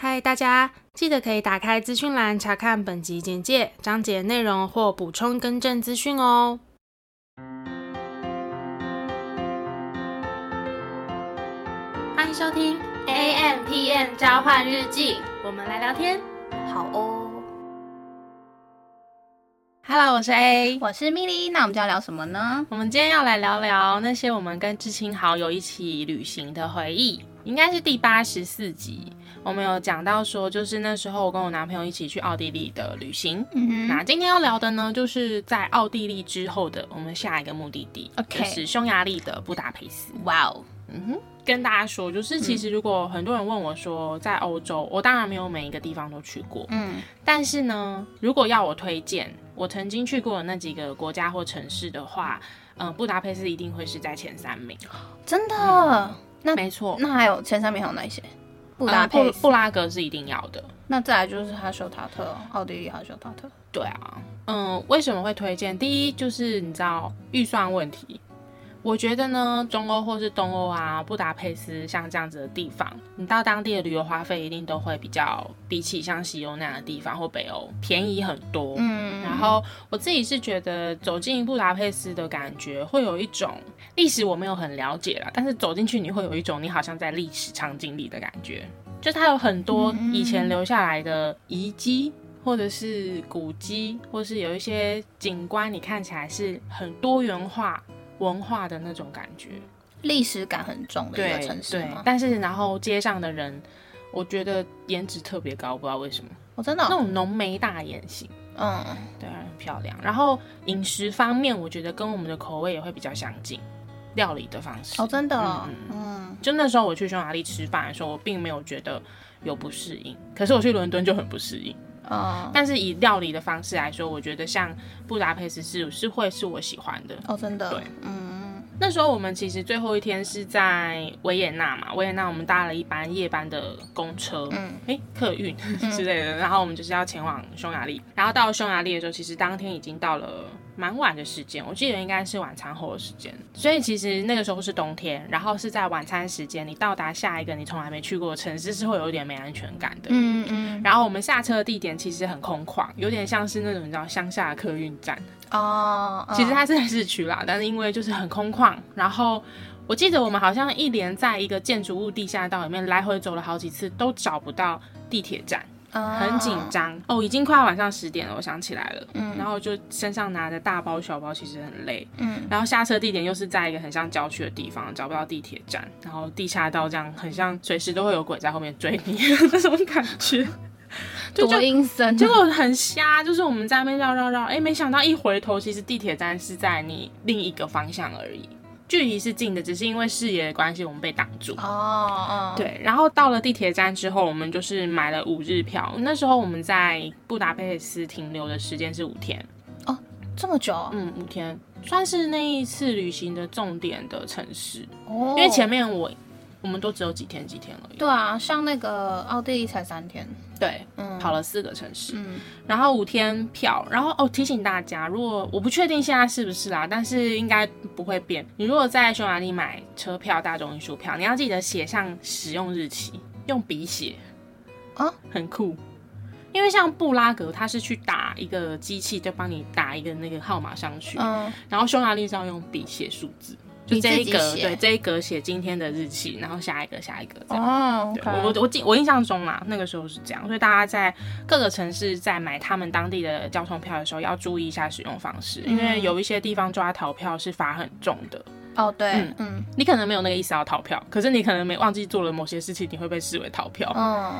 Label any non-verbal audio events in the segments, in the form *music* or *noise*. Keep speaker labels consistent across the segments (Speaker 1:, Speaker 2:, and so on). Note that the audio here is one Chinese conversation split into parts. Speaker 1: 嗨，大家记得可以打开资讯栏查看本集简介、章节内容或补充更正资讯哦。欢迎收听 A M P M 交换日记，我们来聊天。
Speaker 2: 好哦，
Speaker 1: Hello，我是 A。
Speaker 2: 我是米莉，那我们就要聊什么呢？
Speaker 1: 我们今天要来聊聊那些我们跟至亲好友一起旅行的回忆，应该是第八十四集，我们有讲到说，就是那时候我跟我男朋友一起去奥地利的旅行。
Speaker 2: 嗯
Speaker 1: 那今天要聊的呢，就是在奥地利之后的我们下一个目的地
Speaker 2: OK
Speaker 1: 就是匈牙利的布达佩斯。
Speaker 2: 哼，哇哦，
Speaker 1: 嗯哼，跟大家说，就是其
Speaker 2: 嗯
Speaker 1: 实如果很多人问我说，在欧洲，我当然没有每一个地方都去过，
Speaker 2: 嗯
Speaker 1: 但是呢，如果要我推荐我曾经去过的那几个国家或城市的话，嗯、布达佩斯一定会是在前三名。
Speaker 2: 真的？那
Speaker 1: 没错，
Speaker 2: 那还有前三名还有哪一些？呃
Speaker 1: 布
Speaker 2: 布达佩斯，
Speaker 1: 布拉格是一定要的。
Speaker 2: 那再来就是哈修塔特，奥地利哈修塔特。
Speaker 1: 对啊，嗯，为什么会推荐？第一就是你知道预算问题。我觉得呢，中欧或是东欧啊，布达佩斯像这样子的地方，你到当地的旅游花费一定都会比较，比起像西欧那样的地方或北欧便宜很多。
Speaker 2: 嗯
Speaker 1: 然后我自己是觉得走进布达佩斯的感觉，会有一种历史我没有很了解啦，但是走进去你会有一种你好像在历史场景里的感觉，就它有很
Speaker 2: 嗯
Speaker 1: 多以前留下来的遗迹。或者是古迹，或是有一些景观，你看起来是很多元化文化的那种感觉。
Speaker 2: 历史感很重的一
Speaker 1: 对
Speaker 2: 个城市
Speaker 1: 对
Speaker 2: 吗，？
Speaker 1: 但是然后街上的人，我觉得颜值特别高，不知道为什么，
Speaker 2: 我真的
Speaker 1: 那
Speaker 2: 哦，
Speaker 1: 种浓眉大眼型。
Speaker 2: 嗯，
Speaker 1: 对啊，很漂亮。然后饮食方面，我觉得跟我们的口味也会比较相近，料理的方式。
Speaker 2: 哦，真的哦，
Speaker 1: 嗯
Speaker 2: 嗯，
Speaker 1: 就那时候我去匈牙利吃饭的时候，我并没有觉得有不适应，可是我去伦敦就很不适应。
Speaker 2: 哦，
Speaker 1: 但是以料理的方式来说，我觉得像布达佩斯是是会是我喜欢的。
Speaker 2: 哦，真的
Speaker 1: 对，
Speaker 2: 嗯，
Speaker 1: 那时候我们其实最后一天是在维也纳嘛，维也纳我们搭了一班夜班的公车，嗯
Speaker 2: 嗯，
Speaker 1: 哎，客运 *laughs* 之类的，然后我们就是要前往匈牙利。然后到了匈牙利的时候，其实当天已经到了蛮晚的时间，我记得应该是晚餐后的时间。所以其实那个时候是冬天，然后是在晚餐时间，你到达下一个你从来没去过的城市，是会有一点没安全感的。
Speaker 2: 嗯嗯，
Speaker 1: 然后我们下车的地点其实很空旷，有点像是那种你知道乡下的客运站。
Speaker 2: 哦，嗯
Speaker 1: 其实它是在市区啦，但是因为就是很空旷，然后我记得我们好像一连在一个建筑物地下道里面来回走了好几次，都找不到地铁站，
Speaker 2: 嗯
Speaker 1: 很紧，张哦，已经快要晚上十点了，我想起来了，嗯，然后就身上拿着大包小包，其实很累，
Speaker 2: 嗯，
Speaker 1: 然后下车地点又是在一个很像郊区的地方，找不到地铁站，然后地下道这样很像随时都会有鬼在后面追你 *laughs* 那种感觉，
Speaker 2: 哦
Speaker 1: 就就
Speaker 2: 多阴森，
Speaker 1: 结果很瞎，就是我们在那边绕绕绕，哎，没想到一回头，其实地铁站是在你另一个方向而已，距离是近的，只是因为视野的关系，我们被挡住。
Speaker 2: 哦哦，
Speaker 1: 对，然后到了地铁站之后，我们就是买了五日票。那时候我们在布达佩斯停留的时间是五天，
Speaker 2: 这么久哦，
Speaker 1: 嗯，五天算是那一次旅行的重点的城市，
Speaker 2: 因
Speaker 1: 因为前面我我们都只有几天几天而已。
Speaker 2: 对啊，像那个奥地利才三天，
Speaker 1: 对，
Speaker 2: 嗯，
Speaker 1: 跑了四个城市。
Speaker 2: 嗯，
Speaker 1: 然后五天票，然后哦，提醒大家，如果我不确定现在是不是啦，但是应该不会变。你如果在匈牙利买车票、大众运输票，你要记得写上使用日期，用笔写
Speaker 2: 啊，
Speaker 1: 很酷。因为像布拉格，它是去打一个机器，就帮你打一个那个号码上去，
Speaker 2: 嗯，
Speaker 1: 然后匈牙利是要用笔写数字，就
Speaker 2: 你
Speaker 1: 这一
Speaker 2: 自己
Speaker 1: 格，
Speaker 2: 写
Speaker 1: 对，这一格写今天的日期，然后下一个，下一个这样。
Speaker 2: 哦
Speaker 1: 对我我我记我印象中啦，那个时候是这样，所以大家在各个城市在买他们当地的交通票的时候，要注意一下使用方式，因为有一些地方抓逃票是罚很重的。
Speaker 2: 哦，对，嗯
Speaker 1: 你可能没有那个意思要逃票，可是你可能没忘记做了某些事情，你会被视为逃票。
Speaker 2: 嗯，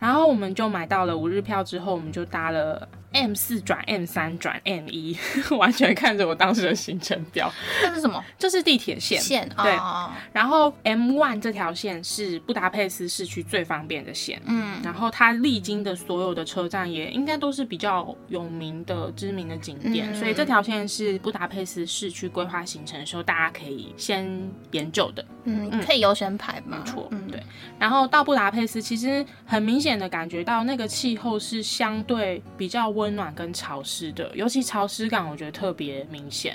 Speaker 1: 然后我们就买到了五日票之后，我们就搭了 M 四转 M 三转 M 一， *laughs* 完全看着我当时的行程表，
Speaker 2: 这是什么
Speaker 1: 这是地铁嗯线。
Speaker 2: 线？
Speaker 1: 对
Speaker 2: 哦
Speaker 1: 然后 M one 这条线是布达佩斯市区最方便的线，
Speaker 2: 嗯
Speaker 1: 然后它历经的所有的车站也应该都是比较有名的、知名的景点，
Speaker 2: 嗯
Speaker 1: 所以这条线是布达佩斯市区规划行程的时候，大家可以先研究的。
Speaker 2: 嗯，可以优先排吗？
Speaker 1: 没错，
Speaker 2: 嗯，
Speaker 1: 对。然后到布达佩斯，其实很明显的感觉到那个气候是相对比较温暖跟潮湿的，尤其潮湿感我觉得特别明显。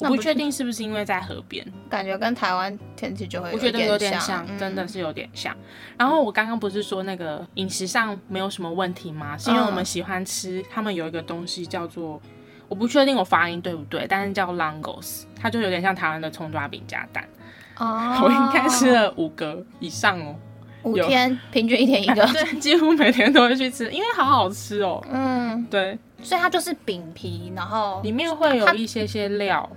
Speaker 1: 我
Speaker 2: 那
Speaker 1: 不
Speaker 2: 不
Speaker 1: 确定是不是因为在河边，
Speaker 2: 感觉跟台湾天气就会
Speaker 1: 我觉得
Speaker 2: 有
Speaker 1: 有点像
Speaker 2: 像，，嗯
Speaker 1: 真的是有点像。然后我刚刚不是说那个饮食上没有什么问题吗？是因为我
Speaker 2: 嗯
Speaker 1: 们喜欢吃，他们有一个东西叫做，我不确定我发音对不对，但是叫 langos，它就有点像台湾的葱抓饼加蛋。，
Speaker 2: 哦
Speaker 1: *laughs* 我应该吃了五个以上
Speaker 2: *laughs*
Speaker 1: 哦，
Speaker 2: 五
Speaker 1: 有
Speaker 2: 天，平均一天一
Speaker 1: *laughs*
Speaker 2: 个。
Speaker 1: 对，几乎每天都会去吃，因为好好吃哦。
Speaker 2: 嗯，
Speaker 1: 对，
Speaker 2: 所以它就是饼皮，然后
Speaker 1: 里面会有一些些料，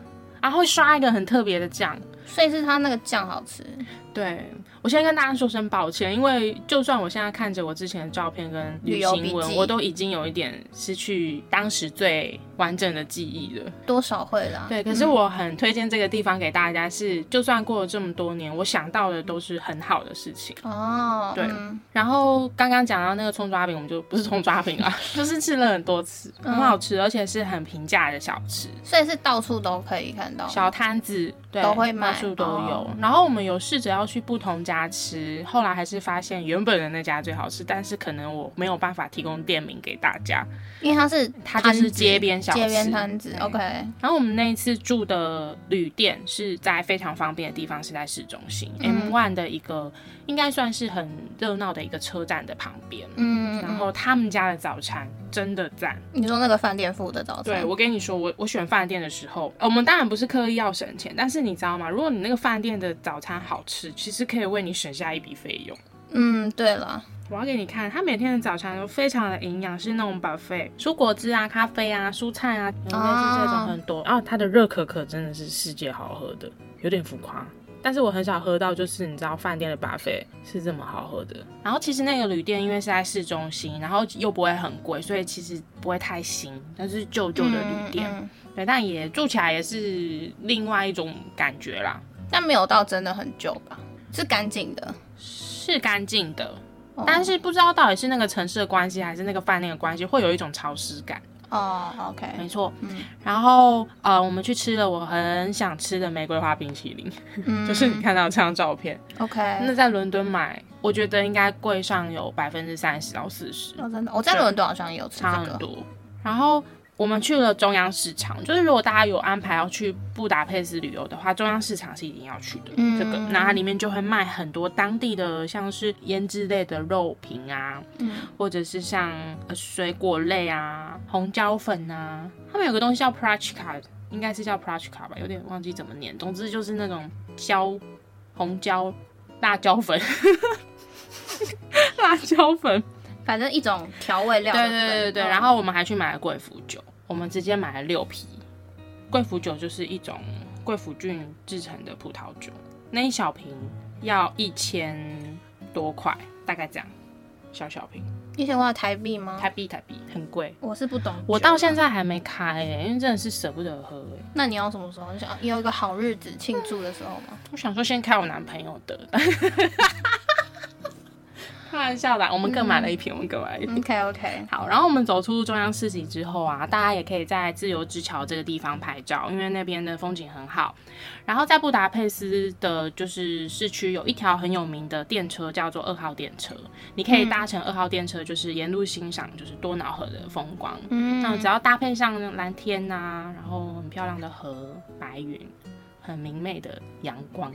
Speaker 1: 然后会刷一个很特别的酱。
Speaker 2: 所以是它那个酱好吃。
Speaker 1: 对我先跟大家说声抱歉，因为就算我现在看着我之前的照片跟旅
Speaker 2: 旅游
Speaker 1: 行
Speaker 2: 笔
Speaker 1: 文，
Speaker 2: 记
Speaker 1: 我都已经有一点失去当时最完整的记忆了。
Speaker 2: 多少会啦。
Speaker 1: 对，可是我很推荐这个地方给大家是，就算过了这么多年，我想到的都是很好的事情。
Speaker 2: 哦，
Speaker 1: 对
Speaker 2: 嗯
Speaker 1: 然后刚刚讲到那个葱抓饼，我们就不是葱抓饼啦，就是吃了很 *laughs* 多次，很好
Speaker 2: 嗯
Speaker 1: 吃，而且是很平价的小吃。
Speaker 2: 所以是到处都可以看到。
Speaker 1: 小摊子，对，
Speaker 2: 都会卖
Speaker 1: 到处都有。
Speaker 2: 哦
Speaker 1: 然后我们有试着要去不同家吃，后来还是发现原本的那家最好吃，但是可能我没有办法提供店名给大家。
Speaker 2: 因为它是
Speaker 1: 它
Speaker 2: 它
Speaker 1: 就是街边小吃
Speaker 2: 街边摊子。OK，
Speaker 1: 然后我们那一次住的旅店是在非常方便的地方，是在市中心、M
Speaker 2: 嗯
Speaker 1: One 的一个，应该算是很热闹的一个车站的旁边。
Speaker 2: 嗯，
Speaker 1: 然后他们家的早餐真的赞，
Speaker 2: 你说那个饭店付的早餐，
Speaker 1: 对，我跟你说，我我选饭店的时候，呃我们当然不是刻意要省钱，但是你知道吗？如果你那个饭店的早餐好吃，其实可以为你省下一笔费用。
Speaker 2: 嗯，对了，
Speaker 1: 我要给你看，它每天的早餐都非常的营养，是那种 buffet，蔬果汁啊、咖啡啊、蔬菜啊，有类似这种很多。然后它的热可可真的是世界好喝的，有点浮夸。但是我很少喝到，就是你知道饭店的 buffet 是这么好喝的。然后其实那个旅店因为是在市中心，然后又不会很贵，所以其实不会太新，但是旧旧的旅店。
Speaker 2: 嗯嗯
Speaker 1: 对，但也住起来也是另外一种感觉啦，
Speaker 2: 但没有到真的很久吧，是干净的。
Speaker 1: 是干净的，
Speaker 2: 哦
Speaker 1: 但是不知道到底是那个城市的关系，还是那个饭店的关系，会有一种潮湿感。
Speaker 2: 哦，OK，
Speaker 1: 没错，
Speaker 2: 嗯
Speaker 1: 然后呃，我们去吃了我很想吃的玫瑰花冰淇淋，*laughs*
Speaker 2: 嗯
Speaker 1: 就是你看到这张照片，
Speaker 2: OK，
Speaker 1: 那在伦敦买，我觉得应该贵上有百分之三十到四十，
Speaker 2: 哦，真的，我在伦敦好像也有吃
Speaker 1: 差
Speaker 2: 这
Speaker 1: 很
Speaker 2: 个，
Speaker 1: 多。然后我们去了中央市场，就是如果大家有安排要去布达佩斯旅游的话，中央市场是一定要去的。
Speaker 2: 嗯
Speaker 1: 这个，那它里面就会卖很多当地的，像是腌制类的肉品啊，
Speaker 2: 嗯
Speaker 1: 或者是像呃水果类啊、红椒粉啊。他们有个东西叫 prachka，应该是叫 prachka 吧，有点忘记怎么念。总之就是那种椒、红椒、辣椒粉、 *laughs* 辣椒粉。
Speaker 2: 反正一种调味料
Speaker 1: 对
Speaker 2: 的粉。
Speaker 1: 对对对，
Speaker 2: 嗯
Speaker 1: 然后我们还去买了贵腐酒，我们直接买了六瓶。贵腐酒就是一种贵腐菌制成的葡萄酒，那一小瓶要一千多块，大概这样，小小瓶，
Speaker 2: 一千块嗯台币吗？
Speaker 1: 台币台币，很贵。
Speaker 2: 我是不懂酒，
Speaker 1: 我到现在还没开欸因为真的是舍不得喝欸
Speaker 2: 那你要什么时候？你想有一个好日子庆祝的时候 *laughs* 吗？
Speaker 1: 我想说先开我男朋友的， *laughs* 开玩笑啦，我们各买了一瓶，我们各买了一瓶。
Speaker 2: OK OK，
Speaker 1: 好，然后我们走出中央市集之后啊，大家也可以在自由之桥这个地方拍照，因为那边的风景很好。然后在布达佩斯的，就是市区有一条很有名的电车，叫做二号电车，你可以搭乘二号电车，就是沿路欣赏就是多瑙河的风光。
Speaker 2: 嗯，
Speaker 1: 那只要搭配上蓝天呐、啊然后很漂亮的河、白云，很明媚的阳光，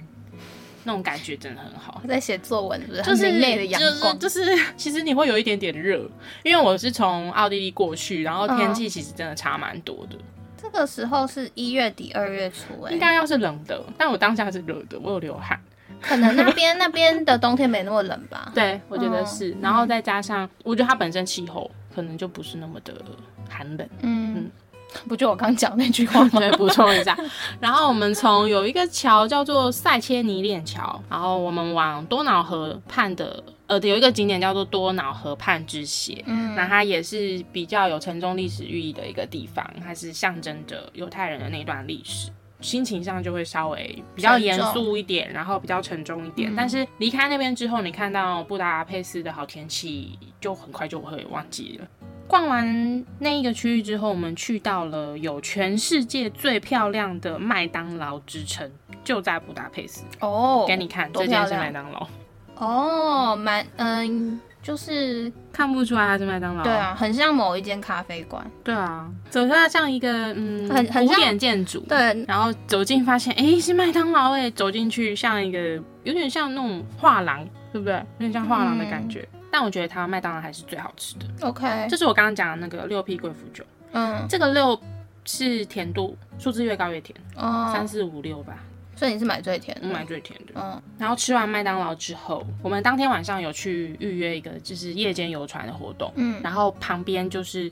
Speaker 1: 那种感觉真的很好。
Speaker 2: 我在写作文，是不是？
Speaker 1: 就是
Speaker 2: 很明媚的阳光，
Speaker 1: 就是 *laughs* 就是，其实你会有一点点热，因为我是从奥地利过去，然后天
Speaker 2: 嗯
Speaker 1: 气其实真的差蛮多的，
Speaker 2: 这个时候是一月底二月初、
Speaker 1: 应
Speaker 2: 欸，哎，
Speaker 1: 该要是冷的，但我当下是热的，我有流汗，
Speaker 2: 可能那边那边的冬天没那么冷 *laughs* 吧？
Speaker 1: 对我觉
Speaker 2: 嗯
Speaker 1: 得是，然后再加上我觉得它本身气候可能就不是那么的寒冷，
Speaker 2: 嗯，不就我刚讲那句 *laughs* 话吗？
Speaker 1: 对，补充一下。然后我们从有一个桥叫做塞切尼链桥，然后我们往多瑙河畔的呃有一个景点叫做多瑙河畔之鞋，嗯，那它也是比较有沉重历史寓意的一个地方，它是象征着犹太人的那段历史。心情上就会稍微比较
Speaker 2: 沉
Speaker 1: 严
Speaker 2: 重嗯
Speaker 1: 肃一点，然后比较沉重一点。但是离开那边之后，你看到布达佩斯的好天气，就很快就会忘记了。逛完那一个区域之后，我们去到了有全世界最漂亮的麦当劳之称，就在布达佩斯。
Speaker 2: 哦，
Speaker 1: 给你看，
Speaker 2: 多
Speaker 1: 这间
Speaker 2: 漂
Speaker 1: 是
Speaker 2: 亮
Speaker 1: 麦当劳。
Speaker 2: 哦，蛮嗯、就是
Speaker 1: 看不出来它是麦当劳。
Speaker 2: 对，啊，很像某一间咖啡馆，
Speaker 1: 对啊，走它像一个嗯
Speaker 2: 很很
Speaker 1: 古
Speaker 2: 像
Speaker 1: 典建筑，
Speaker 2: 对，
Speaker 1: 然后走近发现，哎，是麦当劳哎，走进去像一个有点像那种画廊，对不对？有点像画廊的感
Speaker 2: 嗯
Speaker 1: 觉。但我觉得台湾麦当劳还是最好吃的，
Speaker 2: OK，
Speaker 1: 这是我刚刚讲的那个六 P 贵腐酒，
Speaker 2: 嗯，
Speaker 1: 这个六是甜度，数字越高越甜，三
Speaker 2: 哦，
Speaker 1: 四五六吧，
Speaker 2: 所以你是买最甜
Speaker 1: 我
Speaker 2: 的，
Speaker 1: 买最甜的。
Speaker 2: 嗯
Speaker 1: 然后吃完麦当劳之后，我们当天晚上有去预约一个就是夜间游船的活动，
Speaker 2: 嗯
Speaker 1: 然后旁边就是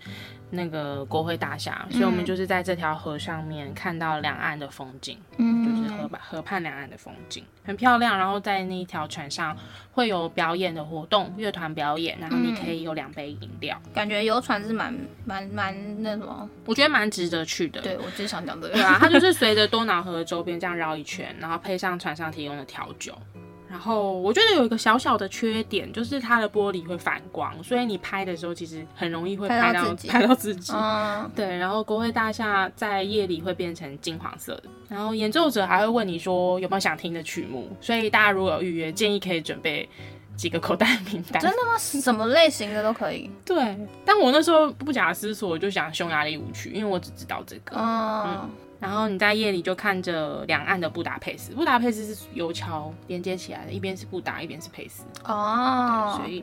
Speaker 1: 那个国会大厦，所以我们
Speaker 2: 嗯
Speaker 1: 就是在这条河上面看到两岸的风景。就是河
Speaker 2: 嗯，
Speaker 1: 吧河畔两岸的风景，很漂亮。然后在那一条船上会有表演的活动，乐团表演，然后
Speaker 2: 嗯
Speaker 1: 你可以有两杯饮料，
Speaker 2: 感觉游船是蛮蛮蛮那什么，
Speaker 1: 我觉得蛮值得去的。
Speaker 2: 对我就是想讲这
Speaker 1: *laughs* 对
Speaker 2: 个，
Speaker 1: 啊，它就是随着多瑙河周边这样绕一圈，然后配上船上提供的调酒。然后我觉得有一个小小的缺点，就是它的玻璃会反光，所以你拍的时候其实很容易会
Speaker 2: 拍
Speaker 1: 拍
Speaker 2: 到
Speaker 1: 到
Speaker 2: 自己
Speaker 1: 拍到自己。
Speaker 2: 嗯，
Speaker 1: 对，然后国会大厦在夜里会变成金黄色的，然后演奏者还会问你说有没有想听的曲目，所以大家如果有预约，建议可以准备几个口袋名单。
Speaker 2: 真的吗？什么类型的都可以，
Speaker 1: 对，但我那时候不假思索，我就想匈牙利舞曲，因为我只知道这个。
Speaker 2: 嗯，
Speaker 1: 然后你在夜里就看着两岸的布达佩斯，布达佩斯是由桥连接起来的，一边是布达，一边是佩斯，
Speaker 2: 哦
Speaker 1: 嗯所，以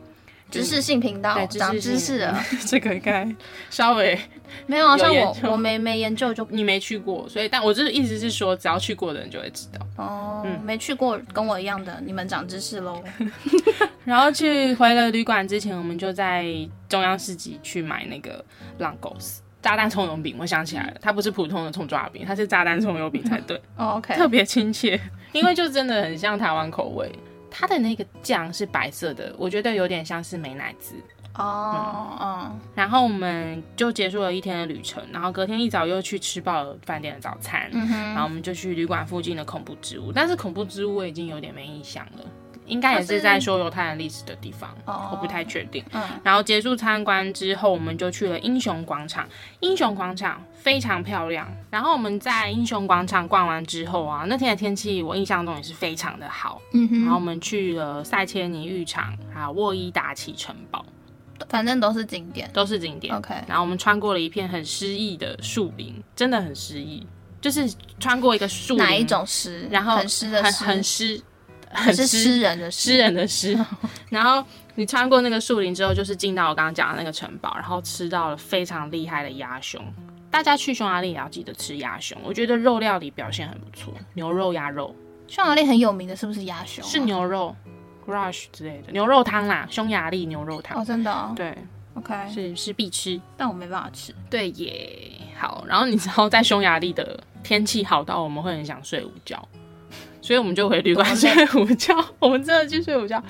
Speaker 2: 知识性频道
Speaker 1: 对
Speaker 2: 长知识
Speaker 1: 性
Speaker 2: 了，
Speaker 1: *laughs* 这个应该稍微
Speaker 2: *laughs* 没有啊？
Speaker 1: 有
Speaker 2: 像
Speaker 1: 研究
Speaker 2: 我我没没研究就
Speaker 1: 你没去过，所以但我就是意思是说，只要去过的人就会知道。
Speaker 2: 哦，
Speaker 1: 嗯
Speaker 2: 没去过跟我一样的，你们长知识喽，
Speaker 1: 然后去回了旅馆之前，我们就在中央市集去买那个浪狗丝炸弹葱油饼。我想起来了，它不是普通的葱抓饼，它是炸弹葱油饼才对，
Speaker 2: 哦
Speaker 1: *laughs*
Speaker 2: OK，
Speaker 1: 特别亲切，因为就真的很像台湾口味。它的那个酱是白色的，我觉得有点像是美乃滋。
Speaker 2: 哦，嗯，
Speaker 1: 然后我们就结束了一天的旅程，然后隔天一早又去吃爆了饭店的早餐，
Speaker 2: 嗯
Speaker 1: 然后我们就去旅馆附近的恐怖之屋，但是恐怖之屋我已经有点没印象了，应该也
Speaker 2: 它
Speaker 1: 是
Speaker 2: 是
Speaker 1: 在说犹太人历史的地方，我不太确定。
Speaker 2: 嗯
Speaker 1: 然后结束参观之后，我们就去了英雄广场，英雄广场非常漂亮。然后我们在英雄广场逛完之后啊，那天的天气我印象中也是非常的好，
Speaker 2: 嗯哼
Speaker 1: 然后我们去了塞切尼浴场，还有沃伊达奇城堡，
Speaker 2: 反正都是景点
Speaker 1: 都是景点。
Speaker 2: ，OK，
Speaker 1: 然后我们穿过了一片很诗意的树林，真的很诗意，就是穿过一个树林，
Speaker 2: 哪一种诗？
Speaker 1: 然后
Speaker 2: 很湿的
Speaker 1: 很
Speaker 2: 诗，
Speaker 1: 很诗，
Speaker 2: 可
Speaker 1: 很
Speaker 2: 是
Speaker 1: 诗
Speaker 2: 诗人的诗，
Speaker 1: 诗人的诗。然后你穿过那个树林之后，就是进到我刚刚讲的那个城堡，然后吃到了非常厉害的鸭胸。大家去匈牙利也要记得吃鸭胸，我觉得肉料理表现很不错，牛肉、鸭肉
Speaker 2: 匈牙利很有名的是不是鸭胸啊？
Speaker 1: 是牛肉 grush 之类的牛肉汤啦，匈牙利牛肉汤，
Speaker 2: 哦，真的、哦、
Speaker 1: 对，
Speaker 2: ，OK，
Speaker 1: 是是必吃。
Speaker 2: 但我没办法吃。
Speaker 1: 对耶，好。然后你知道，在匈牙利的天气好到我们会很想睡午觉，所以我们就回旅馆
Speaker 2: 多
Speaker 1: 睡午觉。我们真的去睡午觉。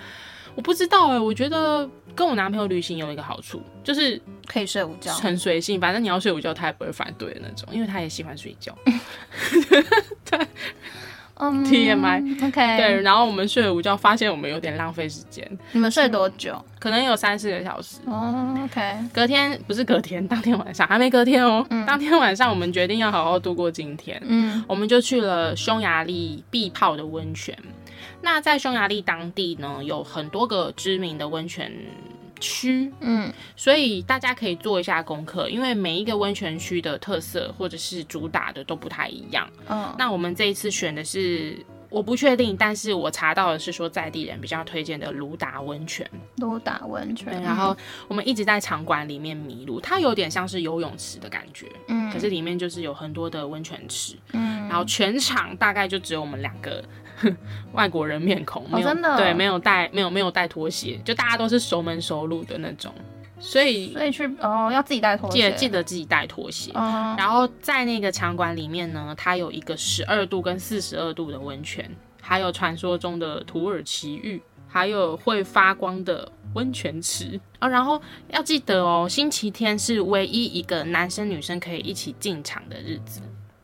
Speaker 1: 我不知道哎、我觉得跟我男朋友旅行有一个好处，就是
Speaker 2: 可以睡午觉，
Speaker 1: 很随性，反正你要睡午觉，他也不会反对的那种，因为他也喜欢睡觉。
Speaker 2: 嗯
Speaker 1: TMI
Speaker 2: OK，
Speaker 1: 对，，然后我们睡了午觉，发现我们有点浪费时间，
Speaker 2: 你们睡多久？
Speaker 1: 可能有三四个小时。
Speaker 2: 哦，OK，
Speaker 1: 隔天不是隔天，当天晚上还没隔天哦、当天晚上我们决定要好好度过今天。
Speaker 2: 嗯，
Speaker 1: 我们就去了匈牙利必泡的温泉。那在匈牙利当地呢，有很多个知名的温泉区，
Speaker 2: 嗯，
Speaker 1: 所以大家可以做一下功课，因为每一个温泉区的特色或者是主打的都不太一样。
Speaker 2: 嗯，
Speaker 1: 那我们这一次选的是。我不确定，但是我查到的是说在地人比较推荐的卢达温泉，
Speaker 2: 都打温
Speaker 1: 对，
Speaker 2: 泉，
Speaker 1: 然后我们一直在场馆里面迷路，它有点像是游泳池的感觉，
Speaker 2: 嗯，
Speaker 1: 可是里面就是有很多的温泉池，
Speaker 2: 嗯，
Speaker 1: 然后全场大概就只有我们两个外国人面孔，
Speaker 2: 哦
Speaker 1: 没有、
Speaker 2: 真的
Speaker 1: 对，没有带没有没有带拖鞋，就大家都是熟门熟路的那种，所以
Speaker 2: 所以去哦要自己带拖
Speaker 1: 记得
Speaker 2: 鞋，
Speaker 1: 记得自己带拖鞋。
Speaker 2: 哦，
Speaker 1: 然后在那个场馆里面呢，它有一个十二度跟四十二度的温泉，还有传说中的土耳其浴，还有会发光的温泉池哦。然后要记得哦，星期天是唯一一个男生女生可以一起进场的日子，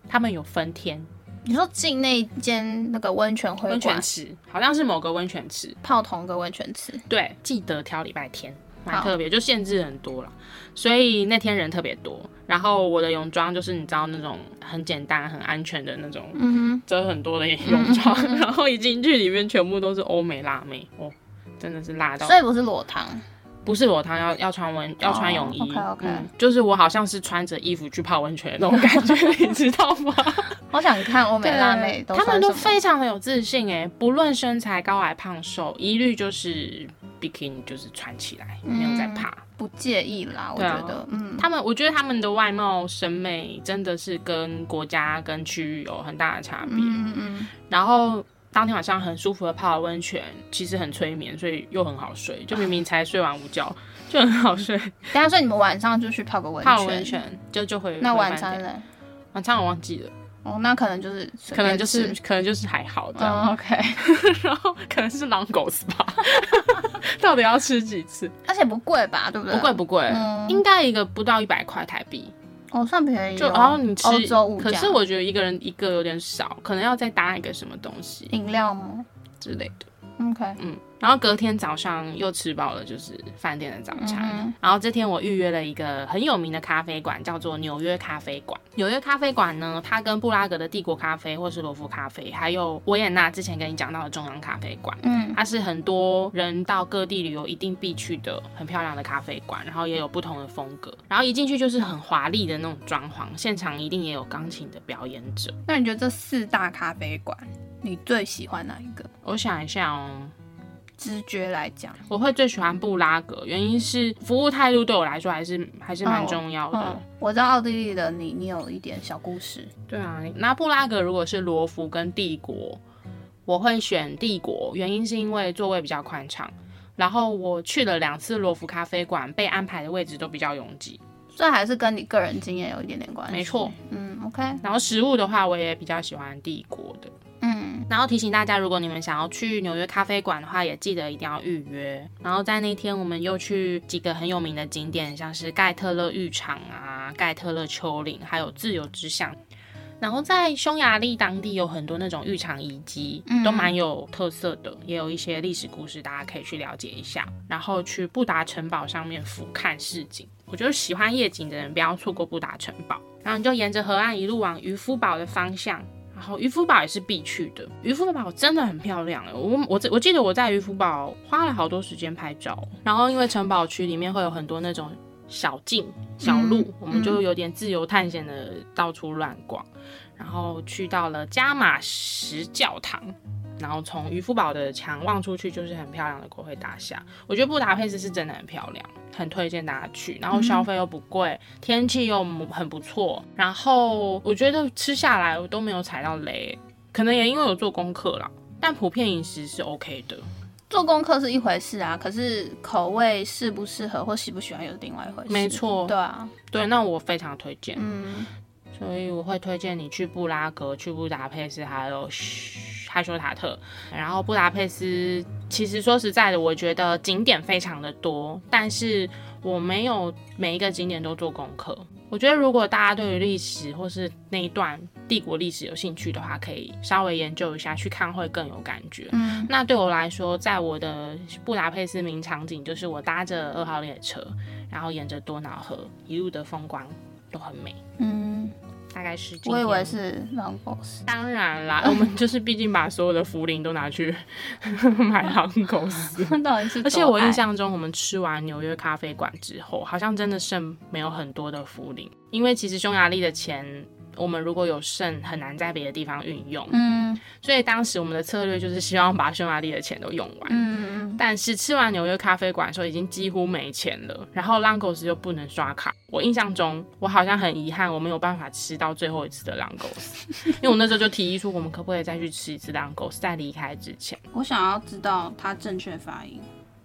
Speaker 1: 他们有分天。
Speaker 2: 你说进那间那个温泉会
Speaker 1: 温泉
Speaker 2: 馆
Speaker 1: 池，好像是某个温泉池。
Speaker 2: 泡同个温泉池，
Speaker 1: 对，记得挑礼拜天，蛮
Speaker 2: 好
Speaker 1: 特别，就限制很多了，所以那天人特别多。然后我的泳装就是你知道那种很简单、很安全的那种，
Speaker 2: 嗯
Speaker 1: 遮很多的 *laughs* 泳装，然后一进去里面全部都是欧美辣妹哦，真的是辣
Speaker 2: 哼，
Speaker 1: 到
Speaker 2: 所以不是裸汤，
Speaker 1: 不是裸汤，要要穿温要穿泳衣、
Speaker 2: OK，OK
Speaker 1: 嗯，就是我好像是穿着衣服去泡温泉的那种感觉， *laughs* 你知道吗？
Speaker 2: 我想看欧美辣妹都
Speaker 1: 他们
Speaker 2: 穿什
Speaker 1: 都
Speaker 2: 么
Speaker 1: 非常的有自信哎、不论身材高矮胖瘦，一律就是 bikini 就是穿起来，
Speaker 2: 嗯
Speaker 1: 没有在怕。
Speaker 2: 不介意啦，我
Speaker 1: 对啊
Speaker 2: 觉得，嗯，
Speaker 1: 他们，我觉得他们的外貌审美真的是跟国家跟区域有很大的差别。
Speaker 2: 嗯嗯
Speaker 1: 然后当天晚上很舒服的泡了温泉，其实很催眠，所以又很好
Speaker 2: 啊
Speaker 1: 睡。就明明才睡完午觉，就很好睡。
Speaker 2: 嗯。等一下说你们晚上就去泡个 *laughs* 温
Speaker 1: 泡
Speaker 2: 泉，
Speaker 1: 了温泉就就会
Speaker 2: 那
Speaker 1: 回
Speaker 2: 晚
Speaker 1: 饭
Speaker 2: 餐
Speaker 1: 店
Speaker 2: 嘞？
Speaker 1: 晚餐我忘记了，
Speaker 2: 哦，那可能就是随便
Speaker 1: 可能就是
Speaker 2: 吃
Speaker 1: 可能就是还好这样。
Speaker 2: 嗯 OK，
Speaker 1: *laughs*
Speaker 2: *laughs*
Speaker 1: 然后可能是狼狗 SPA，到底要吃几次？
Speaker 2: 而且不贵吧，对不对？
Speaker 1: 不贵不贵，
Speaker 2: 嗯
Speaker 1: 应该一个不到一百块台币。
Speaker 2: 哦，算便宜哦。
Speaker 1: 就然后你吃
Speaker 2: 欧洲物，价，
Speaker 1: 可是我觉得一个人一个有点少，可能要再搭一个什么东西
Speaker 2: 饮料吗
Speaker 1: 之类的。
Speaker 2: ？OK，
Speaker 1: 嗯，然后隔天早上又吃饱了，就是饭店的早餐。
Speaker 2: 嗯哼
Speaker 1: 然后这天我预约了一个很有名的咖啡馆，叫做纽约咖啡馆。纽约咖啡馆呢，它跟布拉格的帝国咖啡或是罗浮咖啡，还有维也纳之前跟你讲到的中央咖啡馆，
Speaker 2: 嗯
Speaker 1: 它是很多人到各地旅游一定必去的很漂亮的咖啡馆，然后也有不同的风格，然后一进去就是很华丽的那种装潢，现场一定也有钢琴的表演者。
Speaker 2: 那你觉得这四大咖啡馆，你最喜欢哪一个？
Speaker 1: 我想一下哦，
Speaker 2: 直觉来讲，
Speaker 1: 我会最喜欢布拉格，原因是服务态度对我来说还是还是蛮重要的。
Speaker 2: 嗯，我知道奥地利的你，你有一点小故事，
Speaker 1: 对啊，那布拉格如果是罗浮跟帝国，我会选帝国，原因是因为座位比较宽敞。然后我去了两次罗浮咖啡馆，被安排的位置都比较拥挤。
Speaker 2: 这还是跟你个人经验有一点点关系。
Speaker 1: 没错，
Speaker 2: 嗯，OK，
Speaker 1: 然后食物的话，我也比较喜欢帝国的。
Speaker 2: 嗯，
Speaker 1: 然后提醒大家，如果你们想要去纽约咖啡馆的话，也记得一定要预约。然后在那天，我们又去几个很有名的景点，像是盖特勒浴场啊、盖特勒丘陵，还有自由之巷。然后在匈牙利当地有很多那种浴场遗迹，都蛮有特色的，也有一些历史故事，大家可以去了解一下。然后去布达城堡上面俯瞰市景，我觉得喜欢夜景的人不要错过布达城堡。然后你就沿着河岸一路往渔夫堡的方向，然后渔夫堡也是必去的。渔夫堡真的很漂亮，欸我我我记得我在渔夫堡花了好多时间拍照。然后因为城堡区里面会有很多那种小径、小路，
Speaker 2: 嗯
Speaker 1: 我们就有点自由探险的到处乱逛。然后去到了加马什教堂，然后从渔夫堡的墙望出去就是很漂亮的国会大厦。我觉得布达佩斯是真的很漂亮，很推荐大家去。然后消费又不贵，天气又很不错。然后我觉得吃下来我都没有踩到雷，可能也因为有做功课啦。但普遍饮食是 OK 的，
Speaker 2: 做功课是一回事啊，可是口味适不适合或喜不喜欢又是另外一回事。
Speaker 1: 没错
Speaker 2: 对啊，
Speaker 1: 对，那我非常推荐，
Speaker 2: 嗯，
Speaker 1: 所以我会推荐你去布拉格、去布达佩斯，还有嘘害羞塔特。然后布达佩斯，其实说实在的，我觉得景点非常的多，但是我没有每一个景点都做功课。我觉得如果大家对于历史或是那一段帝国历史有兴趣的话，可以稍微研究一下，去看会更有感觉。嗯，那对我来说，在我的布达佩斯名场景就是我搭着二号列车，然后沿着多瑙河一路的风光都很美。
Speaker 2: 嗯，
Speaker 1: 大概是今
Speaker 2: 我以
Speaker 1: 天
Speaker 2: 为是 long boss，
Speaker 1: 当然啦，我 *laughs* 们就是毕竟把所有的福林都拿去 *laughs* 买狼狗丝。
Speaker 2: *laughs* 到底是多
Speaker 1: *laughs*
Speaker 2: 爱？
Speaker 1: 而且我印象中，我们吃完纽约咖啡馆之后，好像真的剩没有很多的福林，因为其实匈牙利的钱，我们如果有剩，很难在别的地方运用。
Speaker 2: 嗯，
Speaker 1: 所以当时我们的策略就是希望把匈牙利的钱都用完。
Speaker 2: 嗯嗯
Speaker 1: 但是吃完纽约咖啡馆的时候，已经几乎没钱了。然后浪狗丝又不能刷卡。我印象中，我好像很遗憾，我没有办法吃到最后一次的浪狗丝，因为我那时候就提议说，我们可不可以再去吃一次浪狗丝，在离开之前。
Speaker 2: 嗯，我想要知道它正确发音。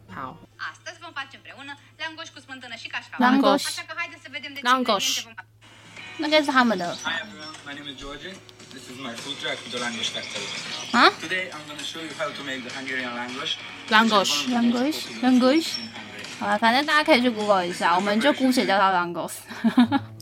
Speaker 1: 好，
Speaker 3: Astăzi vom face împreună langoș cu smântână și cașcaval.
Speaker 2: Langoș.
Speaker 3: Așa că haideți să vedem de ce
Speaker 1: Langoș.
Speaker 3: ingrediente vom face.
Speaker 2: 那个是他们的
Speaker 4: Hi everyone, my name is Georgie. This is my food truck, the Langosh Factory.
Speaker 2: Huh?
Speaker 4: Today I'm going to show you how to make the Hungarian langosh.
Speaker 1: Langosh.
Speaker 4: which is one of the most popular
Speaker 2: Langosh.
Speaker 4: dishes in Hungary.
Speaker 2: 好了，反正大家可以去 Google 一下，我们就姑且叫它 Langos。 *laughs*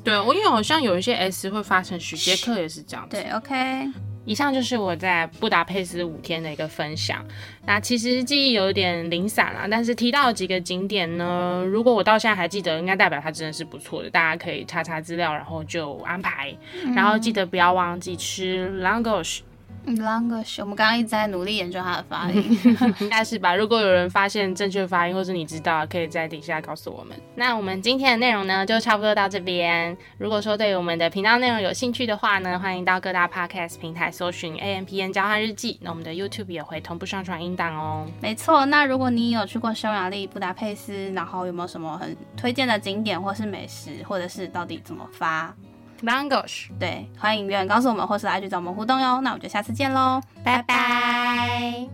Speaker 1: 对我因为好像有一些 S 会发成徐杰克也是这样子。
Speaker 2: 对，OK，
Speaker 1: 以上就是我在布达佩斯五天的一个分享。那其实记忆有点零散啦，但是提到几个景点呢，如果我到现在还记得，应该代表它真的是不错的。大家可以查查资料，然后就安排。然后记得不要忘记吃 langosh，
Speaker 2: Langosh，我们刚刚一直在努力研究它的发音。
Speaker 1: 应该是吧。如果有人发现正确发音，或是你知道，可以在底下告诉我们。那我们今天的内容呢，就差不多到这边。如果说对我们的频道内容有兴趣的话呢，欢迎到各大 podcast 平台搜寻 A M P N 交换日记。那我们的 YouTube 也会同步上传音档哦。
Speaker 2: 没错，那如果你有去过匈牙利布达佩斯，然后有没有什么很推荐的景点或是美食，或者是到底怎么发？
Speaker 1: Langosh，
Speaker 2: 对，欢迎留言告诉我们，或是来去找我们互动哟。那我们就下次见喽，拜拜